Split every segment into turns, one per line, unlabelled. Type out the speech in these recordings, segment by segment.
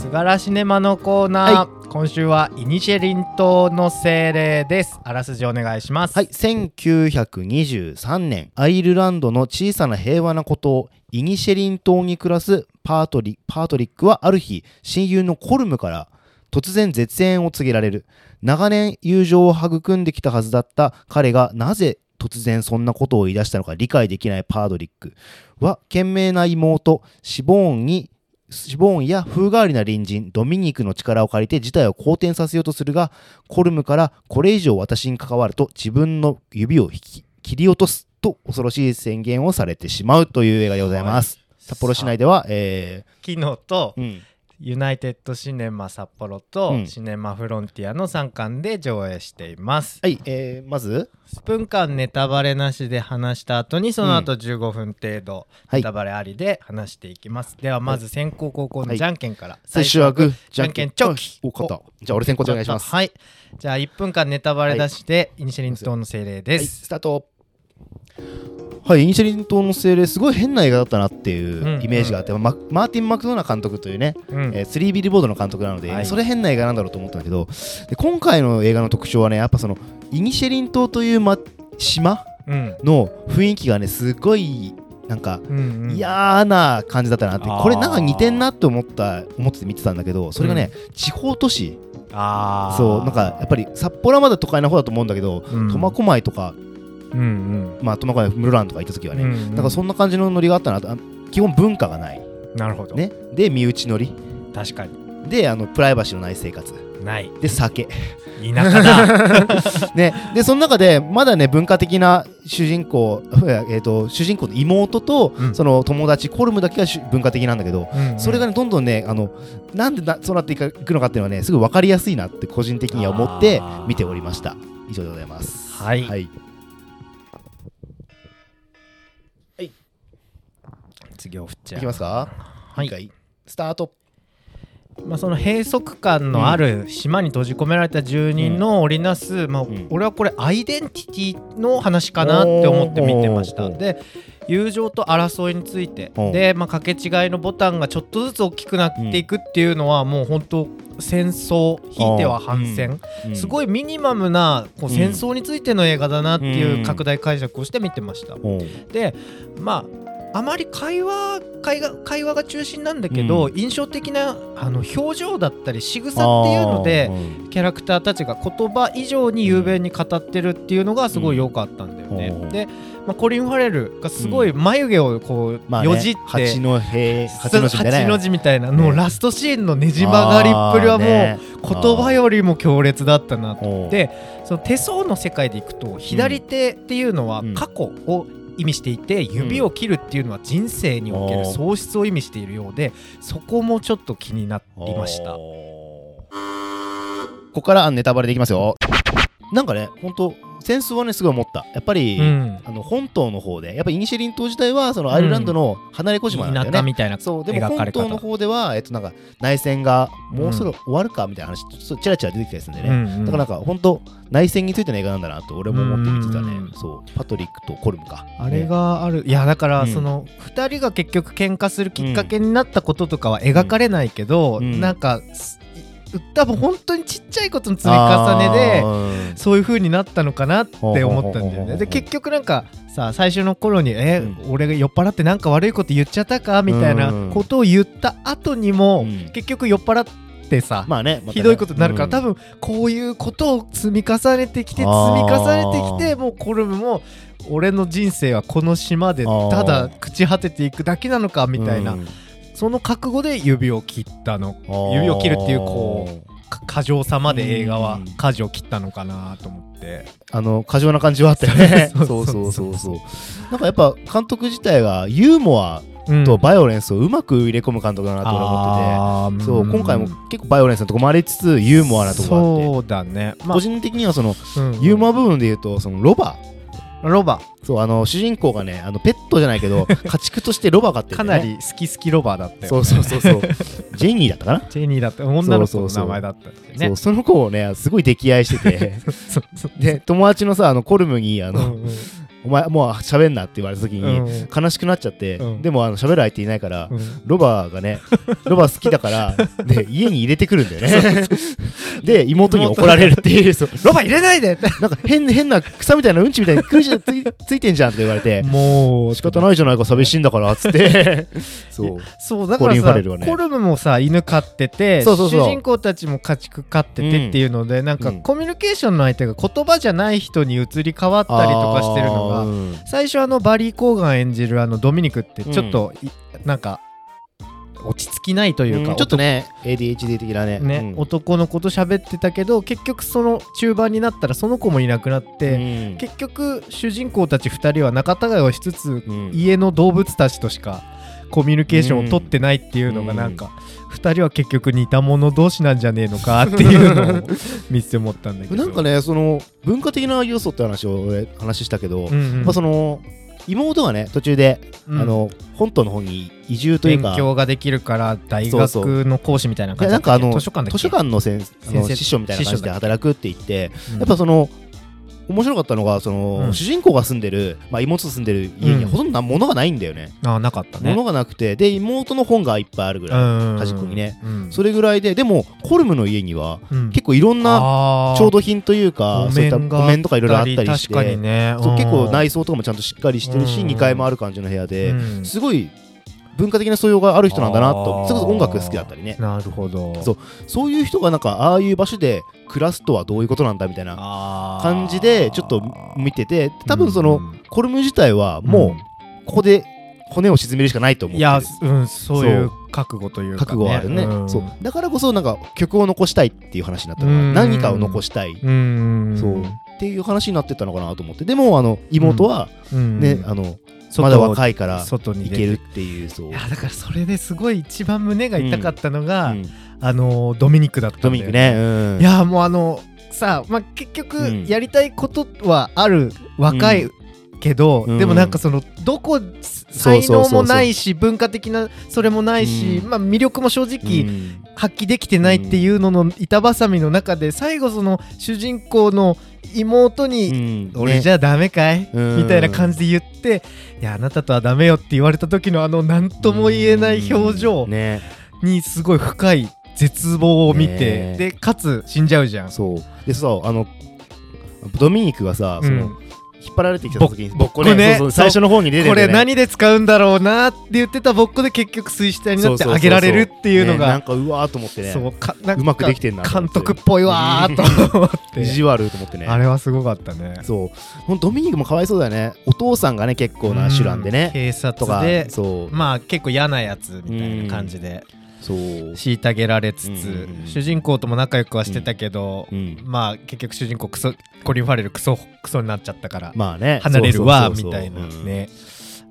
すがらシネマのコーナー、今週はイニシェリン島の精霊ですあらすじお願いします
はい、1923年アイルランドの小さな平和なことをイニシェリン島に暮らすパートリパートリックはある日親友のコルムから突然絶縁を告げられる長年友情を育んできたはずだった彼がなぜ突然そんなことを言い出したのか理解できないパートリックは懸命な妹シボーンにシボーンや風変わりな隣人ドミニクの力を借りて事態を好転させようとするがコルムからこれ以上私に関わると自分の指を引き切り落とすと恐ろしい宣言をされてしまうという映画でございます、札幌市内では、え
昨日と
ーうん
ユナイテッドシネマ札幌と、
うん
シネマフロンティアの3巻で上映しています
はいえーまず
スプーン間ネタバレなしで話した後にその後15分程度、
はい
ネタバレありで話していきます、ではまず先攻後攻のじゃんけんから、
最初はグーじ
じ
ゃ
ゃ
ん
ん
け
け
ん
ん
チ
チ
ョ
ョ
キ
キ
お勝ったじゃあ俺先行でお願いします
はいじゃあ1分間ネタバレ出して、イニシェリン島の精霊で
はい、
す、
スタートはい、イニシェリン島の精霊すごい変な映画だったなっていう
うん
イメージがあって、まマーティン・マクドナ監督というね、
うん
えースリービルボードの監督なので、
はい
それ変な映画なんだろうと思ったんだけどで今回の映画の特徴はねやっぱそのイニシェリン島という、ま、島
うん
の雰囲気がねすごいなんか
うんうん
嫌な感じだったなって、
あー
これなんか似てんなって思った思ってて見てたんだけどそれがね、地方都市
あー
そうなんかやっぱり札幌はまだ都会の方だと思うんだけど
うん
苫小牧とか
うんうん
まあ、苫小牧室蘭とか行った時はね、
うんうん
なんかそんな感じのノリがあったなとあ基本文化がない、
なるほど、
ね、で身内乗り
確かに
であのプライバシーのない生活
ない
で酒、
田舎 だ
ね、でその中でまだね文化的な主人公、えー、と主人公の妹と、
うん
その友達コルムだけが主文化的なんだけど
うんうん
それがねどんどんねあのなんでなそうなっていくのかっていうのはねすごい分かりやすいなって個人的には思って
あー
見ておりました以上でございます
はい
はい、
次を振っちゃ
いうきますか
はい
一回スタート
まあ、その閉塞感のある島に閉じ込められた住人の織りなす、まあ
ん
俺はこれアイデンティティの話かなって思って見てまし
お
た
ー
で友情と争いについて
おー
で、まあ、かけ違いのボタンがちょっとずつ大きくなっていくっていうのはもう本当戦争ひいては反戦、す
い、
ごいミニマムなこう
うん
戦争についての映画だなって
う
い
ん
う拡大解釈をして見てました。
うん
でまああまり会話会話会話が中心なんだけど、
う
印象的なあの表情だったり仕草っていうので
あーうん
キャラクターたちが言葉以上に雄弁に語ってるっていうのがすごい良かったんだよね。
うんうん
で、まあ、コリン・ファレルがすごい眉毛をこう、
まあね
よじって。
八の兵八
そ
の
の
字みたいな
八の字みたいな、
ね
もうラストシーンのねじ曲がりっぷりはもう
あー
言葉よりも強烈だったなと
ねおう
でその手相の世界でいくと左手っていうのは
うん
過去を意味していて指を切るっていうのは人生におけ
お
る
ー
喪失を意味しているようでそこもちょっと気になりました
おうここからネタバレでいきますよなんかね本当戦争はねすごい思ったやっぱり、
うん
あの本島の方でやっぱイニシェリン島自体はそのアイルランドの離れ小島なん
田舎
だよね、
みたいな
そうでも
描か
本
れ
島
方
の方では、えっと、なんか内戦がもうそろ終わるかみたいな話、ちょっとちらちら出てきたりするんでね、
うんうん
だからなんか本当内戦についての映画なんだなと俺も思って見てたね、
うん
そうパトリックとコルムか
あれがあるいやだから
うん
その2人が結局喧嘩するきっかけになったこととかは描かれないけど
うん
なんかす多分本当にちっちゃいことの積み重ねで
で
そういう風になったのかなって思ったんだ
ほうほうほう
よ
ほう
ね。で結局なんかさ最初の頃に「え、
うん
俺が酔っ払ってなんか悪いこと言っちゃったか?」みたいな
うん
ことを言った後にも、
うん
結局酔っ払ってさ、
まあね、またね
ひどいことになるから、
うん
多分こういうことを積み重ねてきて積み
あー
重ねてきてもうコルムも俺の人生はこの島で
あー
ただ朽ち果てていくだけなのかみたいな、
うん
その覚悟で指を切ったの指を切るっていうこか過剰さまで映画は
うん
舵を切ったのかなと思って。
あの過剰な感じはあったよね
そう
そ
そうう
そ
そうう
そ
そうう
そうなんかやっぱ監督自体がユーモアとバイオレンスをうまく入れ込む監督だなと俺は
あ
思
ー
ってて、そう
うん
今回も結構バイオレンスなとこもありつつユーモアなとこもあって
そうだね、ま
個人的にはその
あ
ユーモ
ア
ア部分で言うとそのロバ
ロバ
そうあの主人公がねあのペットじゃない けど家畜としてロバ飼ってる
か
んだ
な
よね
り好き好きロバだったよ、ね、
そうそうそうそうジェニーだったかな
ジェニーだった女の子
そう
の
そうそう
名前だったんだよ
そ
ね
うそ の子をねすごい溺愛してて
そうそう
で友達のさあのコルムにあの
うんうん
お前もう喋んなって言われた時
う
に、
ん
悲しくなっちゃって、
うん
でもあの喋る相手いないから、
うん
ロバが ねロバ好きだからで家に入れてくるんだよね で妹に怒られるっていうそう
ロバ入れないでって
なんか変変な草みたいなうんちみたいにくじついついてんじゃんって言われて
もう
仕方ないじゃないか寂しいんだからっつってそう
そうだ
コ
か
リ
ら
ンファ
さ
レルはね
コルムもさ犬飼ってて
そうそうそう
主人公たちも家畜飼っててっていうので、なんか
うん
コミュニケーションの相手が言葉じゃない人に移り変わったりとかしてるのが
あーうん
最初あのバリー・コーガン演じるあのドミニクってちょっとい、なんか落ち着きないというか、
うんちょっとね ADHD 的なね
ね、
うん
男の子と喋ってたけど結局その中盤になったらその子もいなくなって、
うん
結局主人公たち2人は仲違いをしつつ、
うん
家の動物たちとしかコミュニケーションを取ってないっていうのが
うん
なんか、2人は結局似た者同士なんじゃねえのかっていうのを見て思ったんだけど
なんかねその文化的な要素って話を俺話したけど、
うんうん
まあその妹がね途中で、
うん
あの本島の方に移住という
勉
か
強ができるから大
そう
学の講師みたいな感じだったっ
いやなんかあの
け図書館だっけ
図書館の先あ
先
の
生
師匠みたいな感じで働くって言って、
うん
やっぱその面白かったのがその、
うん
主人公が住んでる、まあ、妹と住んでる家に
うん
ほとんど物がないんだよね、
ああなかったね
物がなくてで妹の本がいっぱいあるぐらい、
うん
端っこにね、
うん
それぐらいででもコルムの家には
うん
結構いろんな
あー
調度品というか
お
そういった
面が
お面とかいろいろあったりし
確
て
かにね
そう結構
い
内装とかもちゃんとしっかりしてるし、
うん
2階もある感じの部屋で、すごい文化的な素養がある人なんだなと
あー
それこそ音楽好きだったりね
なるほど
そうそういう人がなんかああいう場所で暮らすとはどういうことなんだみたいな感
感
じでちょっと見てて多分その、コルム自体はもうここで骨を沈めるしかないと思っ
い
てる
やうんそういう覚悟というか
覚悟はあるね、
うん
そうだからこそなんか曲を残したいっていう話になったのかな
うん
何かを残したい、
うん
そうっていう話になってったのかなと思ってでもあの妹は
うん
ね、あの
外
まだ若いから
外に出
い
て
けるっていうそう
いやだからそれですごい一番胸が痛かったのが、
うん
あのドミニクだったんだ
ド
よ
ミニクね、うん
いやもうあのさまあ結局
うん
やりたいことはある若いけど、
うん
でもなんかそのどこ
そう
才
そうそう
能
そ
も
う
ないし文化的なそれもないし、
うん
まあ魅力も正直、
うん
発揮できてないっていうのの板挟みの中で最後その主人公の妹
う
に
ん
「俺じゃダメかい?」
うん
みたいな感じで言って「いやあなたとはダメよ」って言われた時のあの何とも言えない表情
うんね
にすごい深い絶望を見て
ね
でかつ死んじゃうじゃん。
そうでさあのドミニクがさ、その
うん
引っ張られてきた時に
ぼぼっこね
そうそう最初の方に出て
こ
る、ね、
れ何で使うんだろうなって言ってたぼっこで結局水死体になって
そうそうそうそう
あげられるっていうの
ねなん
が
かうわーと思ってね
そうかなんか
うまくできてんなと思
監
って
督っぽいわーと思って
意地悪と思ってね
あれはすごかったね。
そうほんとドミニクもかわいそうだよねお父さんがね結構な手段で
うん
ね、
警
と
察
か
で
そう
まあ結構嫌なやつみたいな感じで
そう
虐げられつつ、
うん
主人公とも仲良くはしてたけど、
うん
まあ結局主人公クソコリン・ファレルクソクソになっちゃったから、
まあ ね
離れるわみ
そうそう
た
そう
い
そう
な
うん
ね、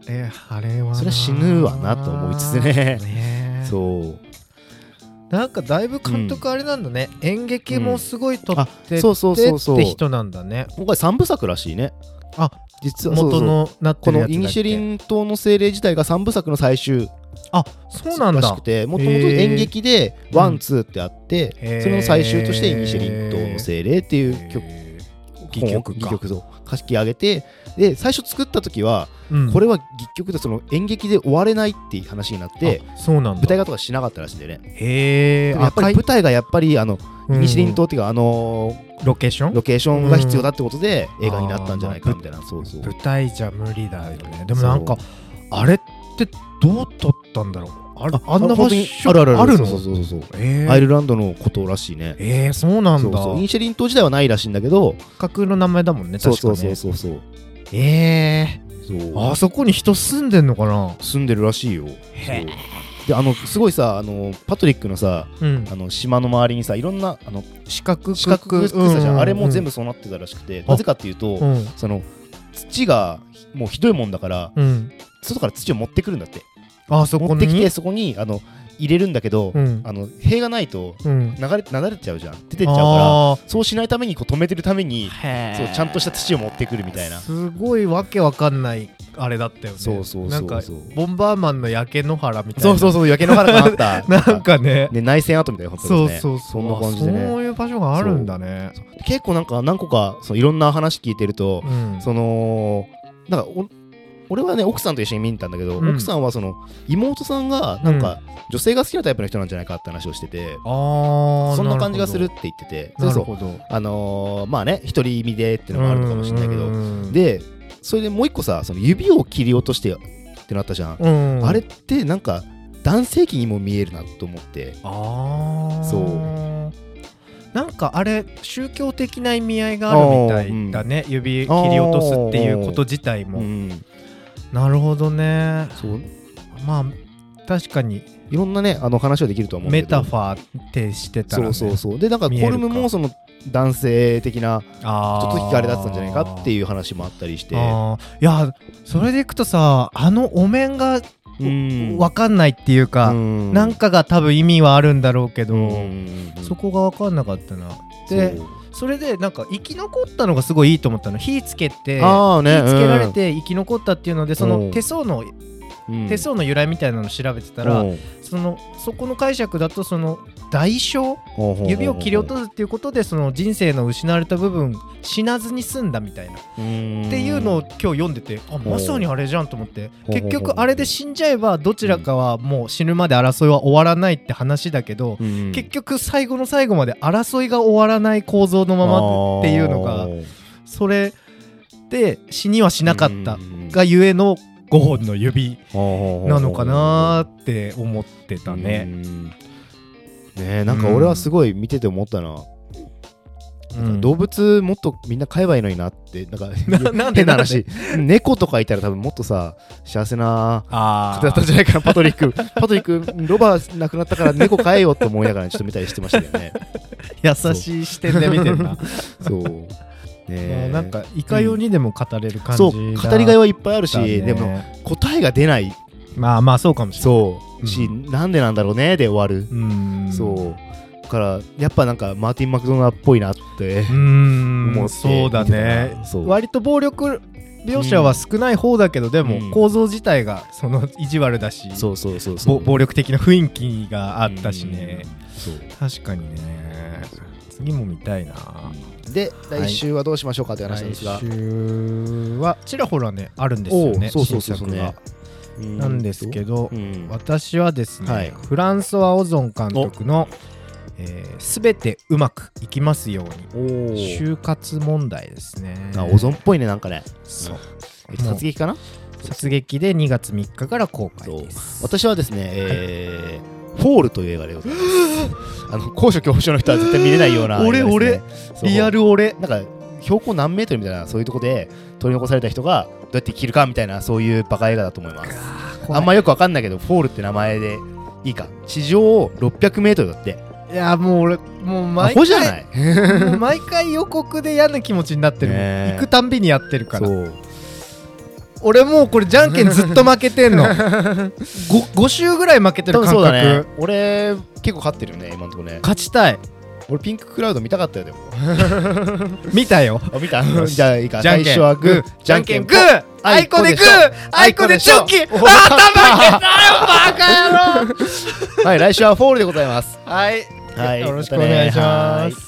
えあれはな
それは死ぬわなと思いつつね
ね
そう
なんかだいぶ監督あれなんだね、演劇もすごい撮ってて、
あそうそうそうそう
って人なんだね
今回3部作らしいね
あ
実はそうそう
元のなって
こ
るや
の
つだっけ
イニシェリン島の精霊自体が3部作の最終
あそうなん
らし
だ
くてもともと演劇で
へー
ワンツーってあって、
へー
それの最終としてイニシェリン島の精霊っていう曲
えー
本を
戯曲か
戯曲を書き上げてで最初作った時は
ーうん
これは戯曲でその演劇で終われないっていう話になって
あそうなんだ
舞台化とかしなかったらしいんだよね
へえ
でもやっぱり舞台がやっぱりあのイニシェリン島っていうかあの
ロケーション
ロケーションが必要だってことで映画になったんじゃないか
あー
みたいなそうそう
舞台じゃ無理だよねでもなんかあれってどう撮ったんだろうあれあんな場
本当に
所
あるある
あるの
そうそうそうそう
えー
アイルランドのことらしいね
えーそうなん
そう
だ
そうイニシェリン島自体はないらしいんだけど
架空の名前だもんね
そう
確か
そう
ね
そうそうそう
え
そう
ーあそこに人住んでんのかな
住んでるらしいよ
へー
そうであのすごいさあのパトリックのさ
うん
あの島の周りにさいろんなあの
四角
四角く作ってたじゃん、あれも全
部
部そうなってたらしくて
あ
なぜかっていうと、
うん
その土がもうひどいもんだから
うん
外から土を持ってくるんだって
あそこ
持
に
ってきてそこにあの入れるんだけど、
うん
あの塀がないと
うん
流れ流れちゃうじゃん出て
出
っちゃうからそうしないためにこう止めてるために
へ
そ
ー
うちゃんとした土を持ってくるみたいな
すごいわけわかんないあれだったよね
そうそうそうそう
なんかボンバーマンの焼け野原みたいな
そうそうそう焼け野原かなった
なんかね
ね、内戦跡みたいな本当
そう
ね
そうそうん
な感じで
あそ
ね
ういう場所があるんだね
結構なんか何個かそういろんな話聞いてると、
うん
そのなんかお俺はね奥さんと一緒に見に行ったんだけど、
うん
奥さんはその妹さんがなんか女性が好きなタイプの人なんじゃないかって話をしてて、
ああ
そんな感じがするって言ってて
なる
そうそ
ほ
う
ど
あのーまあね独り身でっていうのもあるのかもしれないけど
ど
でそれでもう一個さその指を切り落としてってなったじゃん、あれってなんか男性器にも見えるなと思って
ああ
そう
なんかあれ宗教的な意味合いがあるみたいだね、指切り落とすっていうこと自体も、
うん
なるほどね
そう
まあ確かに
いろんなねあの話はできるとは思うんだ
メ
けど
タファーってしてたら、
そ
ね、
うそうそうでなんかフ
見える
ォ
か
ルムもその男性的なち
あ
ょっと惹かれだったんじゃないかって
う
いう話もあったりして
あーいやそれでいくとさあのお面が
うん
分かんないっていうか、
うん
なんかが多分意味はあるんだろうけど、
うん
そこが分かんなかったな
そう
でそれでなんか生き残ったのがすごいいいと思ったの火つけて
あーね
火つけられて生き残ったっていうのでそ
うん
の手相の
うん
手相の由来みたいなの調べてた
う
ら
ん
そのそこの解釈だとその代償
ほうほうほう
指を切り落とすっていうことでその人生の失われた部分死なずに済んだみたいなっ
うん
ていうのを今日読んでてあまさにあれじゃんと思って
ほう
結局あれで死んじゃえばどちらかはもう死ぬまで争いは終わらないって話だけど
うん
結局最後の最後まで争いが終わらない構造のままっていうの
あ
が
ー
それで死にはしなかった
うん
がゆえの5本の指なのかな
っ
ーって思ってたね。
ねえなんか俺はすごい見てて思ったな
うん
動物もっとみんな飼えばいいのになってなんか
ななんで
変な
なん
話猫とかいたら多分もっとさ幸せな
あ
だ
ー
ったんじゃないかなパトリックパトリックロバー亡くなったから猫飼えよって思いながらちょっと見たりしてましたよね
優しい視点で見てるな。
そうね
も
え
うなんかいかようにでも語れる感じ
そう
だ、
語りがいはいっぱいあるし、
だね
でも答えが出ない
まあまあそうかもしれない。
そう、
うん
しなんでなんだろうねで終わる、
うーん
そうだからやっぱなんかマーティン・マクドナルドっぽいなって
うー
思
ん
って
そうだ
見てた
ね
なそう
割と暴力描写は少ない方だけど、で
うん
も構造自体がその意地悪だし、
そうそうそうそ
ぼ
う
暴力的な雰囲気があったしね、
うんそう
確かにね次も見たいな
で
い
来週はどうしましょうかって話なん
来
ですが、
週はちらほらねあるんですよね
おうそうそうそ
新
う
作が
うん
なんですけど、
うん
私はですね、
はい
フランソワ・オゾン監督の「す、えー、べ、てうまくいきますように」
おー
就活問題ですね
あオゾンっぽいねなんかね
そう
えっと殺撃かな
殺撃で2月3日から公開です
私はですね、えーフォールという映画でございますあの高所恐怖症の人は絶対見れないような映画です、ね、
俺俺
そう
ル俺
なんか標高何メートルみたいなそういうとこで取り残された人がどうやって生きるかみたいなそういうバカ映画だと思いますあんまよくわかんないけどフォールって名前でいいか地上600メートルだって
いやもう俺もう
ア
毎
ホじゃ
回
ない
もう 毎回予告で嫌な気持ちになってるもん、
ねえ
行くたんびにやってるから
そう
俺もうこれじゃんけんずっと負けてんの 5, 5週ぐらい負けてる
多分
感
そう
覚、
だね俺結構勝ってるよね今のとこね
勝ちたい
俺ピンククラウド見たかったよでも
見たよ
あ見た
よし
じゃあいいか
じゃんけ
最
ん
初はグーじゃんけん
グ
ー
ー
あ
あ
い
い
こ
こ
で
で
し
グ
ょ
ーあいこでチョキあー頭いけたよバカ野郎
はい来週はフォールでございます
はい
はい
よろしくお願いします